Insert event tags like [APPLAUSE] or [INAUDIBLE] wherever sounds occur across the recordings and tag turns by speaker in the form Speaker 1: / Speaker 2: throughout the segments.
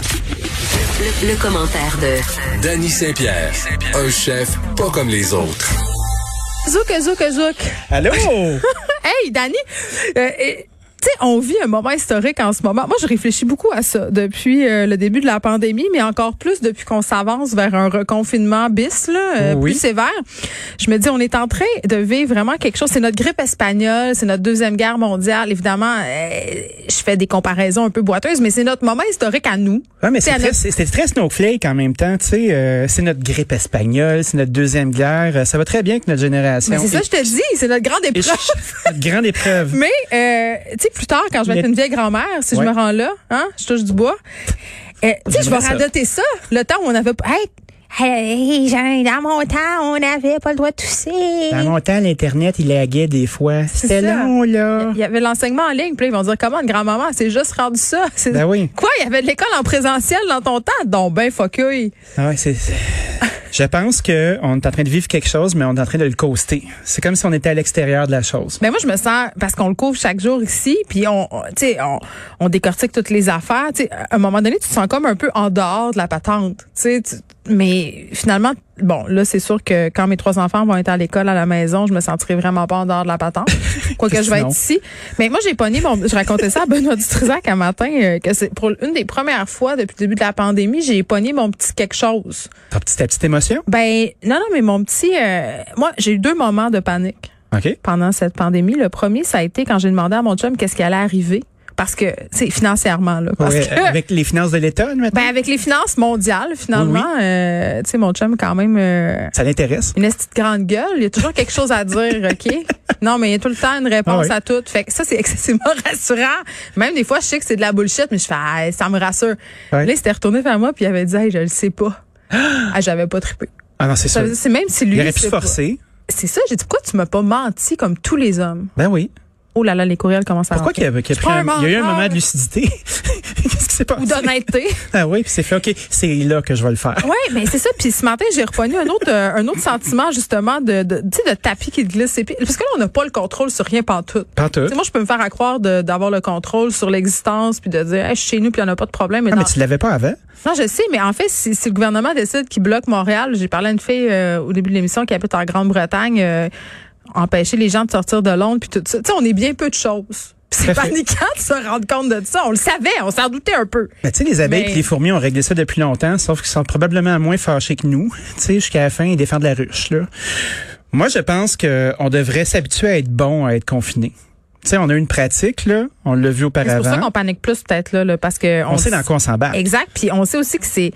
Speaker 1: Le, le commentaire de
Speaker 2: Danny Saint-Pierre, un chef pas comme les autres.
Speaker 3: Zouk, zouk, zouk.
Speaker 4: [LAUGHS] Allô?
Speaker 3: Hey, Dani, euh, et- tu sais, on vit un moment historique en ce moment. Moi, je réfléchis beaucoup à ça depuis euh, le début de la pandémie, mais encore plus depuis qu'on s'avance vers un reconfinement bis, là, euh,
Speaker 4: Oui.
Speaker 3: plus sévère. Je me dis, on est en train de vivre vraiment quelque chose. C'est notre grippe espagnole, c'est notre deuxième guerre mondiale. Évidemment, euh, je fais des comparaisons un peu boiteuses, mais c'est notre moment historique à nous.
Speaker 4: Ouais, mais
Speaker 3: C'est
Speaker 4: c'est
Speaker 3: à
Speaker 4: très,
Speaker 3: notre-
Speaker 4: c'est- c'est très snowflake en même temps, tu sais. euh, c'est notre grippe espagnole, c'est notre deuxième guerre. euh, Ça va très bien avec notre génération.
Speaker 3: Mais c'est ça,
Speaker 4: Et-
Speaker 3: je te dis, c'est notre grande
Speaker 4: et-
Speaker 3: épreuve.
Speaker 4: notre grande
Speaker 3: [LAUGHS]
Speaker 4: épreuve.
Speaker 3: Mais, euh, tu sais, plus tard, quand je vais être
Speaker 4: Mais-
Speaker 3: une vieille grand-mère, si
Speaker 4: Ouais.
Speaker 3: je me rends là, hein, je touche du bois, euh, tu sais, je vais
Speaker 4: J'aimerais ça.
Speaker 3: radoter ça. Le temps où on avait pas... Hey, hey, hey, dans mon temps, on n'avait pas le droit de tousser.
Speaker 4: Dans mon temps, l'Internet, il laguait des fois. C'était
Speaker 3: ça.
Speaker 4: long, là.
Speaker 3: [LAUGHS] Il y avait l'enseignement en ligne, puis là, ils vont dire comment une grand-maman, c'est juste rendu ça. C'est-
Speaker 4: Ben oui.
Speaker 3: Quoi, il y avait de l'école en présentiel dans ton temps, donc ben focus.
Speaker 4: Ah ouais, c'est... c'est- Je pense que on est en train de vivre quelque chose, mais on est en train de le coaster. C'est comme si on était à l'extérieur de la chose.
Speaker 3: Mais Ben, moi, je me sens, parce qu'on le couvre chaque jour ici, puis on, on- tu sais, on, on décortique toutes les affaires. Tu sais, à un moment donné, tu te sens comme un peu en dehors de la patente. Tu sais, tu- mais finalement, bon, là, c'est sûr que quand mes trois enfants vont être à l'école à la maison, je me sentirai vraiment pas en dehors de la patente. Quoique je vais être
Speaker 4: Sinon.
Speaker 3: ici. Mais moi, j'ai pogné, bon, je racontais ça à Benoît Dutrisac un matin, euh, que c'est pour une des premières fois depuis le début de la pandémie, j'ai pogné mon petit quelque chose.
Speaker 4: Ta petite, ta petite émotion?
Speaker 3: Ben, non, non, mais mon petit, euh, moi, j'ai eu deux moments de panique
Speaker 4: OK.
Speaker 3: pendant cette pandémie. Le premier, ça a été quand j'ai demandé à mon chum qu'est-ce qui allait arriver. Parce que, c'est financièrement, là. Parce
Speaker 4: Ouais,
Speaker 3: que,
Speaker 4: euh, Avec les finances de l'État, maintenant,
Speaker 3: [LAUGHS] ben, avec les finances mondiales, finalement, euh, tu sais, mon chum, quand même, euh,
Speaker 4: ça l'intéresse.
Speaker 3: une petite grande gueule. Il y a toujours quelque chose à dire,
Speaker 4: [LAUGHS]
Speaker 3: OK? Non, mais il y a tout le temps une réponse
Speaker 4: Ah ouais.
Speaker 3: à tout. Fait que ça, c'est excessivement [LAUGHS] rassurant. Même des fois, je sais que c'est de la bullshit, mais je fais, ah, ça me rassure.
Speaker 4: Ouais.
Speaker 3: Là, il s'était retourné vers moi, puis il avait dit, hey, je le sais
Speaker 4: [GASPS]
Speaker 3: pas. ah, j'avais pas trippé.
Speaker 4: Ah non, c'est
Speaker 3: Ça
Speaker 4: ça.
Speaker 3: veut dire, c'est même si lui.
Speaker 4: Il aurait pu
Speaker 3: sait
Speaker 4: se
Speaker 3: pas.
Speaker 4: forcer.
Speaker 3: C'est ça, j'ai dit, pourquoi tu m'as pas menti comme tous les hommes?
Speaker 4: Ben oui.
Speaker 3: Oh là là, les courriels commencent à
Speaker 4: Pourquoi qu'il y,
Speaker 3: rentrer.
Speaker 4: avait- qu'il y a
Speaker 3: Je prends
Speaker 4: pris un- il y a eu un
Speaker 3: menteur
Speaker 4: moment de lucidité? [LAUGHS] Qu'est-ce qui s'est passé?
Speaker 3: Ou [LAUGHS] d'honnêteté. Oh,
Speaker 4: Ah oui, puis c'est fait, OK, c'est là que je vais le faire.
Speaker 3: Oui, mais c'est ça. Puis ce matin, j'ai reconnu un autre, euh, un autre sentiment, justement, de, de, tu sais, de tapis qui glisse. Et puis- Parce que là, on n'a pas le contrôle sur rien pantoute.
Speaker 4: Pantoute.
Speaker 3: Tu sais, moi, je peux me faire accroire de- d'avoir le contrôle sur l'existence, puis de dire, Hey, je suis chez nous, puis il n'y en a pas de problème. Mais
Speaker 4: Ah, mais
Speaker 3: dans-
Speaker 4: tu l'avais pas avant?
Speaker 3: Non, je sais, mais en fait, si, si le gouvernement décide qu'il bloque Montréal, j'ai parlé à une fille euh, au début de l'émission qui habite en Grande-Bretagne, euh, empêcher les gens de sortir de Londres, puis tout ça. Tu sais, on est bien peu de choses. Puis C'est
Speaker 4: Tout à fait.
Speaker 3: paniquant de se rendre compte de ça. On le savait, on s'en doutait un peu.
Speaker 4: Mais tu sais, les abeilles
Speaker 3: Mais-
Speaker 4: et les fourmis ont réglé ça depuis longtemps, sauf qu'ils sont probablement moins fâchés que nous, tu sais, jusqu'à la fin, ils défendent la ruche, là. Moi, je pense que on devrait s'habituer à être bon, à être confiné. Tu sais, on a une pratique, là, on l'a vu
Speaker 3: Mais C'est pour ça
Speaker 4: auparavant.
Speaker 3: qu'on panique plus peut-être là, là, parce que
Speaker 4: hein? On, sait dans quoi on s'embarque.
Speaker 3: Exact. Puis on sait aussi que c'est,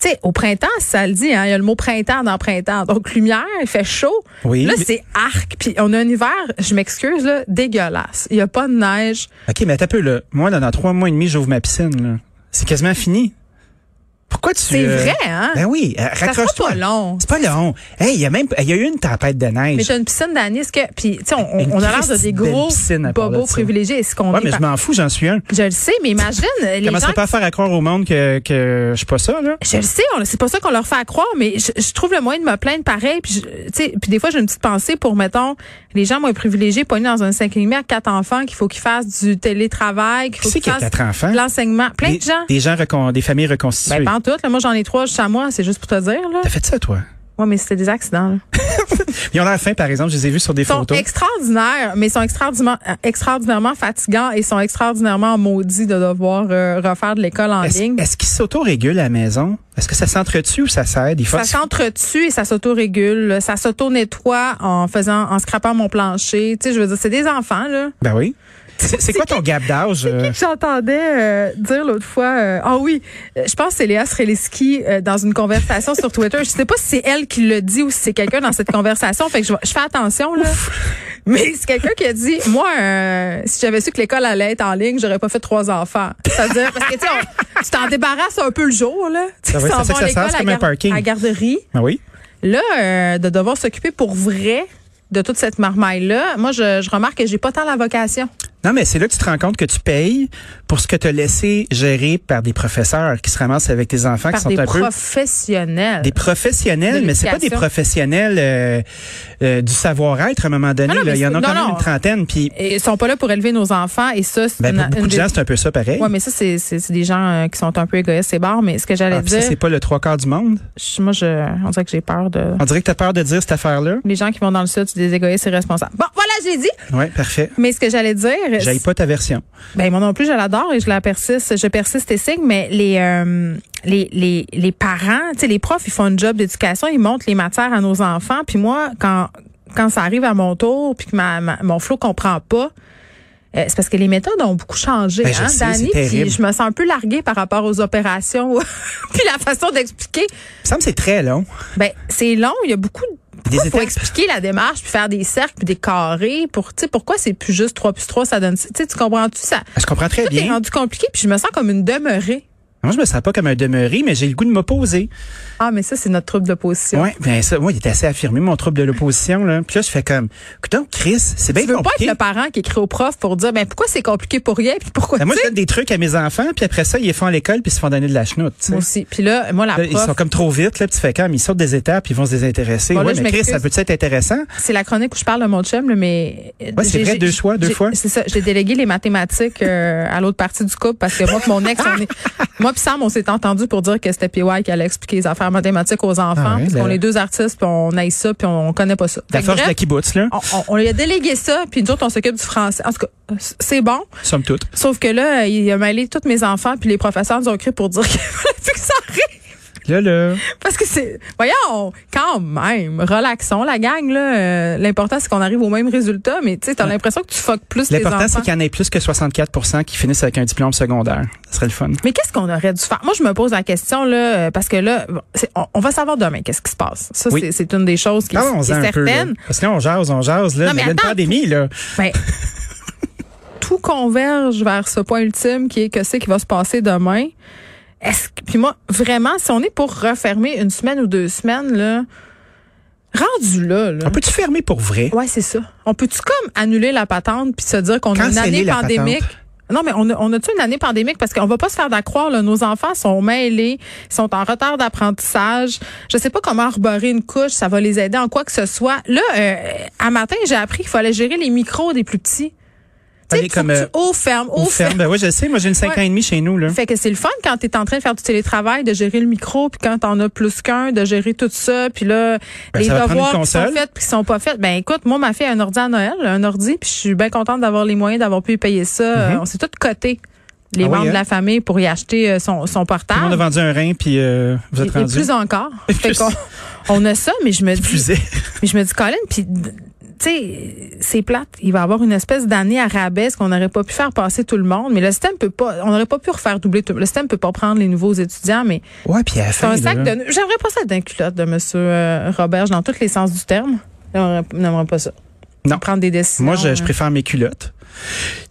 Speaker 3: tu sais, au printemps, ça le dit, hein, il y a le mot printemps dans printemps. Donc lumière, il fait chaud.
Speaker 4: Oui.
Speaker 3: Là,
Speaker 4: Mais-
Speaker 3: c'est arc. Puis on a un hiver, je m'excuse là, dégueulasse. Il y a pas de neige.
Speaker 4: OK, mais attends un peu, là. Moi, là, dans trois mois et demi, j'ouvre ma piscine, là. C'est quasiment fini. Pourquoi tu...
Speaker 3: C'est vrai, hein?
Speaker 4: Ben oui, euh,
Speaker 3: sera
Speaker 4: raccroche-toi.
Speaker 3: pas long.
Speaker 4: C'est pas long. Hey, il y a même... Il y a eu une tempête de neige.
Speaker 3: Mais t'as une piscine d'anis que, puis tu sais, on,
Speaker 4: Une
Speaker 3: on a l'air de des
Speaker 4: Christine
Speaker 3: gros
Speaker 4: belle piscine à part de
Speaker 3: bobos
Speaker 4: ça.
Speaker 3: privilégiés. Est-ce qu'on
Speaker 4: Ouais,
Speaker 3: est
Speaker 4: mais je
Speaker 3: par-
Speaker 4: m'en fous, j'en suis un.
Speaker 3: je le sais, mais imagine les
Speaker 4: Comment
Speaker 3: gens
Speaker 4: ça pas à faire à croire au monde que, que je suis pas ça, là?
Speaker 3: Je le sais, on- c'est pas ça qu'on leur fait à croire, mais je, je trouve le moyen de me plaindre pareil. Puis, je- tu sais, puis des fois, j'ai une petite pensée pour, mettons, les gens moins privilégiés, pognés dans un 5 à quatre enfants, qu'il faut qu'ils fassent du télétravail, qu'il faut
Speaker 4: Qui c'est
Speaker 3: qu'ils
Speaker 4: qui a
Speaker 3: fassent
Speaker 4: quatre enfants?
Speaker 3: de l'enseignement. Plein
Speaker 4: des,
Speaker 3: de gens.
Speaker 4: Des gens, recon- des familles
Speaker 3: Ben,
Speaker 4: reconstituées.
Speaker 3: pas en tout, là. Moi, j'en ai trois juste à moi, c'est juste pour te dire, là.
Speaker 4: T'as fait ça, toi?
Speaker 3: Ouais, mais c'était des accidents, là.
Speaker 4: Ils ont l'air fins, par exemple. Je les ai vus sur des
Speaker 3: Ils sont
Speaker 4: photos.
Speaker 3: extraordinaires, mais ils sont extraordinairement, euh, extraordinairement fatigants et sont extraordinairement maudits de devoir euh, refaire de l'école en
Speaker 4: Est-ce
Speaker 3: ligne.
Speaker 4: est-ce qu'ils s'autorégulent à la maison? Est-ce que ça s'entretue ou ça s'aide? Ils font-
Speaker 3: Ça s'entretue et ça s'auto-régule. Ça s'auto-nettoie en faisant, en scrapant mon plancher. Tu sais, je veux dire, c'est des enfants, là.
Speaker 4: Ben oui. C'est c'est quoi ton gap d'âge? euh?
Speaker 3: J'entendais euh, dire l'autre fois, euh, ah oui, euh, je pense que c'est Léa Sreliski euh, dans une conversation sur Twitter. Je sais pas si c'est elle qui le dit ou si c'est quelqu'un dans cette conversation. Fait que je, vais- je fais attention, là. Mais c'est quelqu'un qui a dit, moi, euh, si j'avais su que l'école allait être en ligne, j'aurais pas fait trois enfants. C'est-à-dire, parce que tu sais, on- tu t'en débarrasses un peu le jour, là. Tu
Speaker 4: Ah Ça va être-
Speaker 3: t'en
Speaker 4: ça fait
Speaker 3: vas
Speaker 4: que
Speaker 3: à
Speaker 4: ça sert,
Speaker 3: l'école,
Speaker 4: c'est
Speaker 3: à
Speaker 4: comme un
Speaker 3: gar-
Speaker 4: parking.
Speaker 3: À garderie.
Speaker 4: Ah oui?
Speaker 3: Là, euh, de devoir s'occuper pour vrai de toute cette marmaille-là, moi, je, je remarque que j'ai pas tant la vocation.
Speaker 4: Non, mais c'est là que tu te rends compte que tu payes pour ce que tu as laissé gérer par des professeurs qui se ramassent avec tes enfants Ah,
Speaker 3: Par
Speaker 4: qui sont
Speaker 3: des euh,
Speaker 4: un peu
Speaker 3: professionnels.
Speaker 4: des professionnels,
Speaker 3: De
Speaker 4: mais c'est pas des
Speaker 3: l'éducation.
Speaker 4: professionnels euh, euh, du savoir-être à un moment donné.
Speaker 3: Ah non,
Speaker 4: là.
Speaker 3: mais
Speaker 4: Il y en a
Speaker 3: c'est-
Speaker 4: quand
Speaker 3: non,
Speaker 4: même
Speaker 3: non.
Speaker 4: une trentaine. Puis
Speaker 3: Et ils sont pas là pour élever nos enfants et ça, c'est
Speaker 4: ben,
Speaker 3: une-
Speaker 4: pour beaucoup
Speaker 3: une
Speaker 4: de
Speaker 3: des-
Speaker 4: gens, c'est un peu ça pareil.
Speaker 3: Ouais, mais ça, c'est c'est- c'est des gens euh, qui sont un peu égoïstes, c'est barre. Mais ce que j'allais
Speaker 4: Ah, puis ça,
Speaker 3: dire,
Speaker 4: c'est pas le trois quarts du monde.
Speaker 3: je- moi, je, on dirait que j'ai peur de.
Speaker 4: On dirait que tu as peur de dire cette affaire-là.
Speaker 3: Les gens qui vont dans le sud, c'est des égoïstes irresponsables. Bon, voilà, j'ai dit.
Speaker 4: Oui, parfait.
Speaker 3: Mais ce que j'allais dire,
Speaker 4: J'aille pas ta version.
Speaker 3: Ben moi non plus, je l'adore et je la persiste, je persiste et signe, mais les euh, les, les, les parents, tu sais, les profs, ils font un job d'éducation, ils montrent les matières à nos enfants. Puis moi, quand quand ça arrive à mon tour, puis que ma, ma- mon flot comprend pas, euh, c'est parce que les méthodes ont beaucoup changé,
Speaker 4: Ben, je
Speaker 3: hein,
Speaker 4: sais, c'est
Speaker 3: Dani.
Speaker 4: terrible.
Speaker 3: Puis je me sens un peu larguée par rapport aux opérations, [LAUGHS] puis la façon d'expliquer.
Speaker 4: Ça me semble que c'est très long.
Speaker 3: Ben c'est long, il y a beaucoup.
Speaker 4: Des
Speaker 3: Il faut
Speaker 4: étapes.
Speaker 3: expliquer la démarche, puis faire des cercles, puis des carrés. Pour, tu sais, pourquoi c'est plus juste 3 plus 3, ça donne... Tu sais, tu comprends-tu ça?
Speaker 4: Je comprends très
Speaker 3: Tout est
Speaker 4: bien.
Speaker 3: rendu compliqué, puis je me sens comme une demeurée.
Speaker 4: Moi, je me sens pas comme un demeuré, mais j'ai le goût de m'opposer.
Speaker 3: Ah, mais ça, c'est notre trouble d'opposition.
Speaker 4: Oui, ben ça, moi, il était assez affirmé, mon trouble de l'opposition. Là. Puis là, je fais comme, écoute, Chris, c'est bien
Speaker 3: Tu veux pas
Speaker 4: compliqué.
Speaker 3: être le parent qui écrit au prof pour dire, ben, pourquoi c'est compliqué pour rien, puis pourquoi,
Speaker 4: Ben, moi,
Speaker 3: tu
Speaker 4: je
Speaker 3: sais,
Speaker 4: donne des trucs à mes enfants, puis après ça, ils les font à l'école, puis ils se font donner de la chenoute. tu sais.
Speaker 3: moi aussi. Puis là, moi, la
Speaker 4: Là, Euh, ils sont
Speaker 3: prof,
Speaker 4: comme trop vite, là, puis tu fais comme, ils sortent des étapes, puis ils vont se désintéresser.
Speaker 3: Bon, là,
Speaker 4: ouais,
Speaker 3: je
Speaker 4: mais Chris,
Speaker 3: m'excuse.
Speaker 4: ça peut être intéressant?
Speaker 3: c'est la chronique où je parle de mon chum, là, mais...
Speaker 4: Ouais, c'est
Speaker 3: j'ai-
Speaker 4: vrai,
Speaker 3: j'ai-
Speaker 4: deux choix, deux
Speaker 3: j'ai-
Speaker 4: fois.
Speaker 3: C'est ça, j'ai délégué les mathématiques euh, à l'autre partie du couple, parce que moi puis mon ex, on
Speaker 4: [LAUGHS]
Speaker 3: est... Moi puis Sam, on s'est entendu pour dire que c'était PY qui allait expliquer les affaires mathématiques aux enfants,
Speaker 4: Ah ouais,
Speaker 3: parce
Speaker 4: ben-
Speaker 3: qu'on est deux artistes, puis on aille ça, puis on, connaît pas ça.
Speaker 4: La
Speaker 3: Fait que
Speaker 4: force de
Speaker 3: Ben, bref, Oh.
Speaker 4: la kibbutz, là,
Speaker 3: on, on- on lui a délégué ça, puis nous autres, on s'occupe du français. En tout cas, c'est bon.
Speaker 4: somme toute.
Speaker 3: Sauf que là, euh, il a mêlé tous mes enfants, puis les professeurs nous ont crié pour dire [LAUGHS] qu'il fallait plus que ça arrive.
Speaker 4: Là, là,
Speaker 3: Parce que c'est. Voyons, quand même, relaxons la gang, là. Euh, L'important, c'est qu'on arrive au même résultat, mais tu sais, t'as l'impression que tu fuck plus tes
Speaker 4: l'important, c'est
Speaker 3: enfants.
Speaker 4: qu'il y en ait plus que 64 qui finissent avec un diplôme secondaire. Ce serait le fun.
Speaker 3: Mais qu'est-ce qu'on aurait dû faire? Moi, je me pose la question, là, euh, parce que là, bon, c'est- on, on va savoir demain qu'est-ce qui se passe. Ça,
Speaker 4: Oui.
Speaker 3: c'est- c'est une des choses qui, est- qui
Speaker 4: Parlons-en
Speaker 3: est
Speaker 4: un peu, là.
Speaker 3: certaine.
Speaker 4: Parce que là, on jase, on jase, là,
Speaker 3: Non,
Speaker 4: mais
Speaker 3: mais
Speaker 4: il y a une
Speaker 3: attends,
Speaker 4: pandémie, là.
Speaker 3: Ben, tout converge vers ce point ultime qui est que c'est qui va se passer demain. Est-ce que- puis moi vraiment si on est pour refermer une semaine ou deux semaines là rendu là, là
Speaker 4: On peut-tu fermer pour vrai?
Speaker 3: Ouais, c'est ça. On peut tu comme annuler la patente puis se dire qu'on a une
Speaker 4: Canceller
Speaker 3: année
Speaker 4: la patente.
Speaker 3: pandémique non, mais on a, on a-tu une année pandémique? Parce qu'on va pas se faire d'accroire, là. Nos enfants sont mêlés, ils sont en retard d'apprentissage. Je sais pas comment arborer une couche, ça va les aider en quoi que ce soit. Là, euh, à matin, j'ai appris qu'il fallait gérer les micros des plus petits. Tu sais,
Speaker 4: Allez,
Speaker 3: faut
Speaker 4: comme,
Speaker 3: que
Speaker 4: euh,
Speaker 3: tu haut ferme,
Speaker 4: On
Speaker 3: haut ferme.
Speaker 4: ferme. Ben ouais, je sais. Moi, j'ai une 5
Speaker 3: Ouais.
Speaker 4: ans et demi chez nous, là.
Speaker 3: Fait que c'est le fun quand t'es en train de faire du télétravail, de gérer le micro, puis quand t'en as plus qu'un, de gérer tout ça, puis là,
Speaker 4: Ben,
Speaker 3: les
Speaker 4: ça va prendre
Speaker 3: devoirs
Speaker 4: une
Speaker 3: qui sont
Speaker 4: console.
Speaker 3: faits puis qui sont pas faits. Ben écoute, moi, ma fille a un ordi à Noël, un ordi, puis je suis bien contente d'avoir les moyens d'avoir pu payer ça. Euh, On s'est tous cotés, les
Speaker 4: Mhm. Ah oui,
Speaker 3: membres
Speaker 4: hein?
Speaker 3: de la famille, pour y acheter euh, son, son
Speaker 4: Tout le monde a
Speaker 3: portable.
Speaker 4: vendu un rein, puis euh, vous
Speaker 3: Et,
Speaker 4: êtes
Speaker 3: et
Speaker 4: rendu.
Speaker 3: plus
Speaker 4: [LAUGHS]
Speaker 3: encore.
Speaker 4: Et
Speaker 3: Fait
Speaker 4: plus.
Speaker 3: qu'on- on a ça, mais je me dis,
Speaker 4: Fusée.
Speaker 3: mais je me dis, Colin, puis tu sais, c'est plate. Il va y avoir une espèce d'année à rabais qu'on n'aurait pas pu faire passer tout le monde. Mais le système peut pas, on n'aurait pas pu refaire doubler tout. Le système peut pas prendre les nouveaux étudiants, mais
Speaker 4: [LAUGHS] Ouais, puis à la
Speaker 3: c'est
Speaker 4: fin,
Speaker 3: un sac
Speaker 4: là,
Speaker 3: de. J'aimerais pas ça d'un culotte de Monsieur euh, Roberge dans tous les sens du terme. J'aimerais j'aimerais pas ça.
Speaker 4: Non.
Speaker 3: Prendre des décisions.
Speaker 4: Moi, je, je
Speaker 3: euh,
Speaker 4: préfère mes culottes.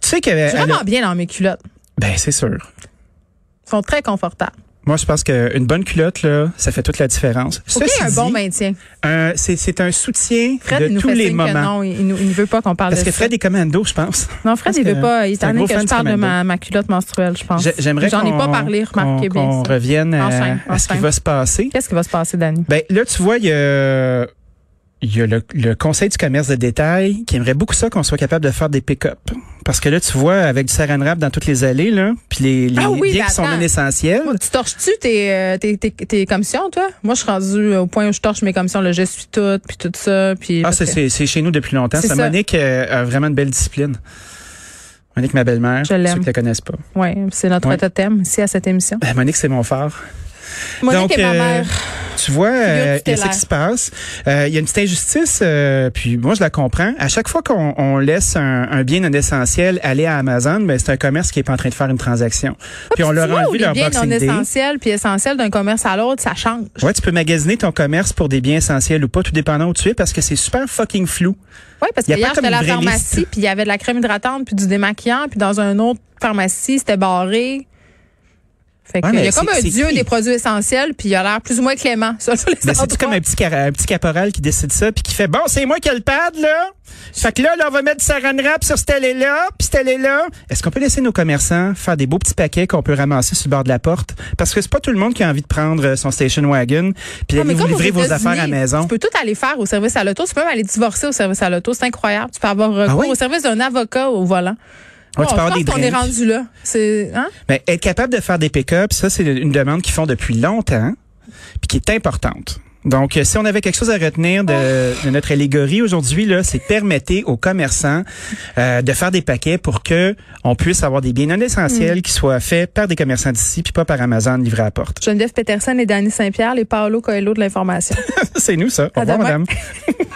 Speaker 4: Tu sais que...
Speaker 3: je suis
Speaker 4: à
Speaker 3: vraiment
Speaker 4: la-
Speaker 3: bien dans mes culottes.
Speaker 4: Ben, c'est sûr.
Speaker 3: Elles sont très confortables.
Speaker 4: Moi, je pense qu'une bonne culotte, là, ça fait toute la différence.
Speaker 3: Faut qu'il y ait un
Speaker 4: Ceci
Speaker 3: bon
Speaker 4: dit,
Speaker 3: maintien.
Speaker 4: euh, c'est, c'est un soutien
Speaker 3: Fred il
Speaker 4: de
Speaker 3: nous
Speaker 4: tous
Speaker 3: fait
Speaker 4: les
Speaker 3: signe que
Speaker 4: moments.
Speaker 3: non, il, il nous- il ne veut pas qu'on parle
Speaker 4: Parce
Speaker 3: de
Speaker 4: que
Speaker 3: ça.
Speaker 4: Fred est commando, je pense.
Speaker 3: Non, Fred,
Speaker 4: Parce
Speaker 3: il
Speaker 4: que
Speaker 3: veut pas. Il est
Speaker 4: c'est un
Speaker 3: tanné
Speaker 4: gros
Speaker 3: que
Speaker 4: fan
Speaker 3: je
Speaker 4: de
Speaker 3: parle de
Speaker 4: Commando.
Speaker 3: ma, ma culotte menstruelle, je pense.
Speaker 4: J'ai- J'aimerais
Speaker 3: J'en ai
Speaker 4: qu'on-
Speaker 3: pas parlé, remarquez
Speaker 4: qu'on-
Speaker 3: bien
Speaker 4: qu'on
Speaker 3: ça.
Speaker 4: revienne à,
Speaker 3: Enfin,
Speaker 4: à ce qui
Speaker 3: enfin.
Speaker 4: va se passer.
Speaker 3: Qu'est-ce qui va se passer, Dani?
Speaker 4: Ben, là, tu vois, il y a, il y a le, le Conseil du commerce de détail qui aimerait beaucoup ça qu'on soit capable de faire des pick-up. Parce que là, tu vois, avec du saran wrap dans toutes les allées, là, puis les, les
Speaker 3: Ah oui,
Speaker 4: biens
Speaker 3: ben
Speaker 4: qui sont
Speaker 3: attends.
Speaker 4: non essentiels.
Speaker 3: Moi, tu torches-tu tes, euh, tes, tes, tes commissions, toi? Moi, je suis rendue au point où je torche mes commissions, le je suis toute, puis tout ça, puis...
Speaker 4: Ah,
Speaker 3: parce
Speaker 4: c'est,
Speaker 3: que
Speaker 4: c'est, c'est chez nous depuis longtemps.
Speaker 3: C'est
Speaker 4: Ça,
Speaker 3: ça.
Speaker 4: Monique euh, a vraiment une belle discipline. Monique, ma belle-mère,
Speaker 3: Je l'aime.
Speaker 4: ceux qui la connaissent pas.
Speaker 3: Ouais, c'est notre
Speaker 4: Ouais.
Speaker 3: totem ici à cette émission.
Speaker 4: Ben, Monique, c'est mon phare.
Speaker 3: Monique
Speaker 4: Donc,
Speaker 3: est ma
Speaker 4: euh,
Speaker 3: mère.
Speaker 4: Tu vois, euh,
Speaker 3: tutélaire.
Speaker 4: qu'est-ce qui se passe? Euh, Il y a une petite injustice, euh, puis moi, je la comprends. À chaque fois qu'on on laisse un, un bien non essentiel aller à Amazon, ben, c'est un commerce qui est pas en train de faire une transaction. puis on leur
Speaker 3: Tu vois,
Speaker 4: a
Speaker 3: Ah, où
Speaker 4: enlevé
Speaker 3: les
Speaker 4: leur
Speaker 3: biens non
Speaker 4: Boxing Day.
Speaker 3: essentiels puis essentiels d'un commerce à l'autre, ça change.
Speaker 4: Ouais, tu peux magasiner ton commerce pour des biens essentiels ou pas, tout dépendant où tu es, parce que c'est super fucking flou.
Speaker 3: Oui, parce que
Speaker 4: Y a pas
Speaker 3: hier,
Speaker 4: comme
Speaker 3: j'étais à la
Speaker 4: une vraie
Speaker 3: pharmacie,
Speaker 4: liste.
Speaker 3: puis il y avait de la crème hydratante, puis du démaquillant, puis dans une autre pharmacie, c'était barré. Fait que,
Speaker 4: Ouais,
Speaker 3: il y
Speaker 4: mais
Speaker 3: a comme
Speaker 4: c'est-
Speaker 3: un
Speaker 4: c'est
Speaker 3: dieu
Speaker 4: qui?
Speaker 3: des produits essentiels, puis il a l'air plus ou moins clément. [LAUGHS] selon les
Speaker 4: Ben, c'est
Speaker 3: endroits.
Speaker 4: comme un petit, cara- un petit caporal qui décide ça, puis qui fait Bon, c'est moi qui ai le pad, là. Fait que là, là, on va mettre du saran wrap sur cette allée-là, puis cette allée-là. Est-ce qu'on peut laisser nos commerçants faire des beaux petits paquets qu'on peut ramasser sur le bord de la porte? Parce que c'est pas tout le monde qui a envie de prendre euh, son station wagon, puis
Speaker 3: Ah,
Speaker 4: d'aller
Speaker 3: mais
Speaker 4: vous
Speaker 3: comme aux
Speaker 4: livrer vos affaires à la
Speaker 3: États-Unis,
Speaker 4: maison.
Speaker 3: Tu peux tout aller faire au service à l'auto. Tu peux même aller divorcer au service à l'auto. C'est incroyable. Tu peux avoir recours
Speaker 4: Ah oui?
Speaker 3: au service d'un avocat au volant.
Speaker 4: Ouais, tu
Speaker 3: Bon,
Speaker 4: peux avoir
Speaker 3: je pense
Speaker 4: des
Speaker 3: qu'on est
Speaker 4: drinks.
Speaker 3: rendu là. C'est, hein?
Speaker 4: Mais être capable de faire des pick-up, ça, c'est une demande qu'ils font depuis longtemps, puis qui est importante. Donc, euh, si on avait quelque chose à retenir de,
Speaker 3: Oh.
Speaker 4: de notre allégorie aujourd'hui, là, c'est permettez aux commerçants euh, de faire des paquets pour que on puisse avoir des biens non
Speaker 3: Hmm.
Speaker 4: essentiels qui soient faits par des commerçants d'ici, puis pas par Amazon livré à la porte. [LAUGHS]
Speaker 3: Geneviève Peterson et Danny Saint-Pierre, les Paolo Coelho de l'information.
Speaker 4: c'est nous, ça. Au
Speaker 3: À
Speaker 4: revoir,
Speaker 3: demain.
Speaker 4: madame.